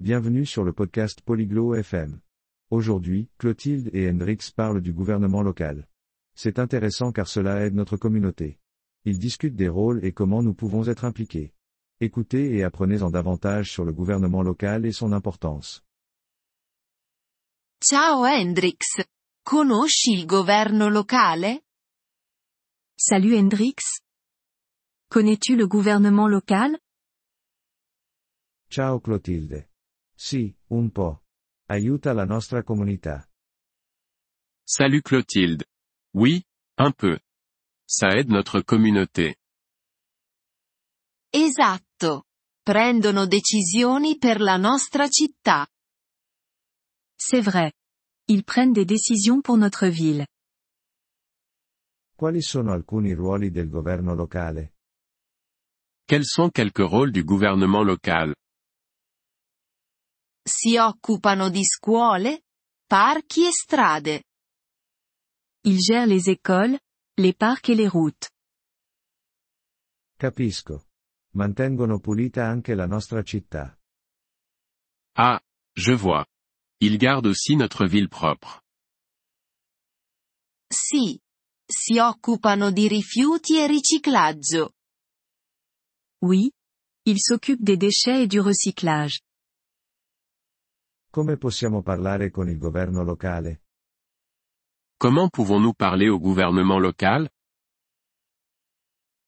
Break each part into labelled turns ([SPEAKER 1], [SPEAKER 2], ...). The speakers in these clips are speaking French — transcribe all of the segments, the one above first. [SPEAKER 1] Bienvenue sur le podcast Polyglot FM. Aujourd'hui, Clotilde et Hendrix parlent du gouvernement local. C'est intéressant car cela aide notre communauté. Ils discutent des rôles et comment nous pouvons être impliqués. Écoutez et apprenez-en davantage sur le gouvernement local et son importance.
[SPEAKER 2] Ciao Hendrix. Conosci il governo locale?
[SPEAKER 3] Salut Hendrix. Connais-tu le gouvernement local
[SPEAKER 1] Ciao Clotilde. Sì, un po'. Aiuta la nostra comunità.
[SPEAKER 4] Salut Clotilde. Oui, un peu. Ça aide notre communauté.
[SPEAKER 2] Esatto. Prendono decisioni per la nostra città.
[SPEAKER 3] C'est vrai. Ils prennent des décisions pour notre ville.
[SPEAKER 1] Quali sono alcuni ruoli del governo locale?
[SPEAKER 4] Quels sont quelques rôles du gouvernement local
[SPEAKER 2] Si occupano di scuole, parchi e strade.
[SPEAKER 3] Ils gèrent les écoles, les parcs et les routes.
[SPEAKER 1] Capisco. Mantengono pulita anche la nostra città.
[SPEAKER 4] Ah, je vois. Ils gardent aussi notre ville propre.
[SPEAKER 2] Sì. Si occupano di rifiuti e riciclaggio.
[SPEAKER 3] Oui. Ils s'occupent des déchets et du recyclage.
[SPEAKER 1] Come possiamo parlare con il governo locale?
[SPEAKER 4] Comment pouvons-nous parler au gouvernement local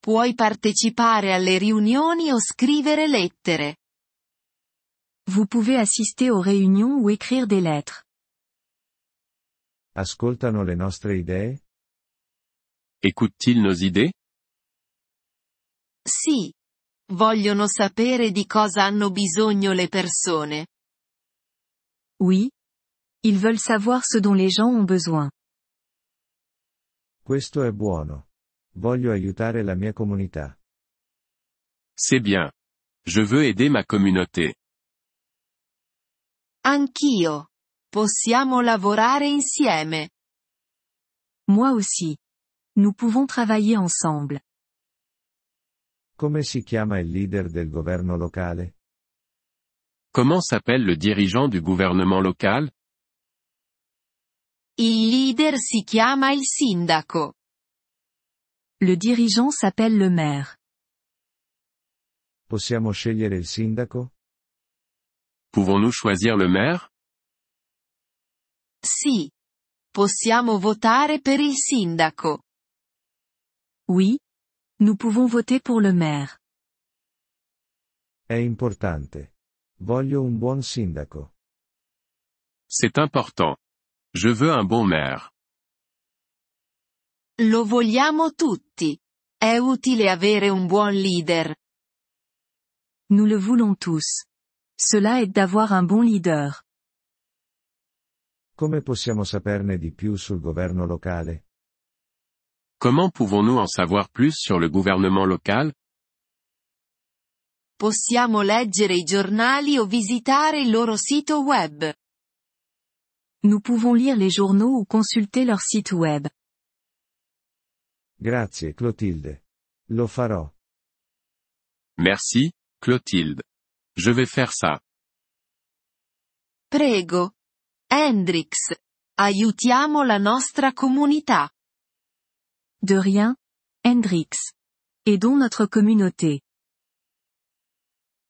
[SPEAKER 2] Puoi partecipare alle riunioni o scrivere lettere.
[SPEAKER 3] Vous pouvez assister aux réunions ou écrire des lettres.
[SPEAKER 1] Ascoltano le nostre idee?
[SPEAKER 4] Écoutent-ils nos idées
[SPEAKER 2] Sì. Vogliono sapere di cosa hanno bisogno le persone.
[SPEAKER 3] Oui. Ils veulent savoir ce dont les gens ont besoin.
[SPEAKER 1] Questo è buono. Voglio aiutare la mia comunità.
[SPEAKER 4] C'est bien. Je veux aider ma communauté.
[SPEAKER 2] Anch'io. Possiamo lavorare insieme.
[SPEAKER 3] Moi aussi. Nous pouvons travailler ensemble.
[SPEAKER 1] Come si chiama il leader del governo locale?
[SPEAKER 4] Comment s'appelle le dirigeant du gouvernement local
[SPEAKER 2] Il leader si chiama il sindaco.
[SPEAKER 3] Le dirigeant s'appelle le maire.
[SPEAKER 1] Possiamo scegliere il sindaco?
[SPEAKER 4] Pouvons-nous choisir le maire
[SPEAKER 2] Sì. Possiamo votare per il sindaco.
[SPEAKER 3] Oui. Nous pouvons voter pour le maire.
[SPEAKER 1] È importante. Voglio un buon sindaco.
[SPEAKER 4] C'est important. Je veux un bon maire.
[SPEAKER 2] Lo vogliamo tutti. È utile avere un buon leader.
[SPEAKER 3] Nous le voulons tous. Cela aide d'avoir un bon leader.
[SPEAKER 1] Come possiamo saperne di più sul governo locale?
[SPEAKER 4] Comment pouvons-nous en savoir plus sur le gouvernement local
[SPEAKER 2] Possiamo leggere i giornali o visitare il loro sito web.
[SPEAKER 3] Nous pouvons lire les journaux ou consulter leur site web.
[SPEAKER 1] Grazie Clotilde. Lo farò.
[SPEAKER 4] Merci, Clotilde. Je vais faire ça.
[SPEAKER 2] Prego. Hendrix. Aiutiamo la nostra comunità.
[SPEAKER 3] De rien. Hendrix. Aidons notre communauté.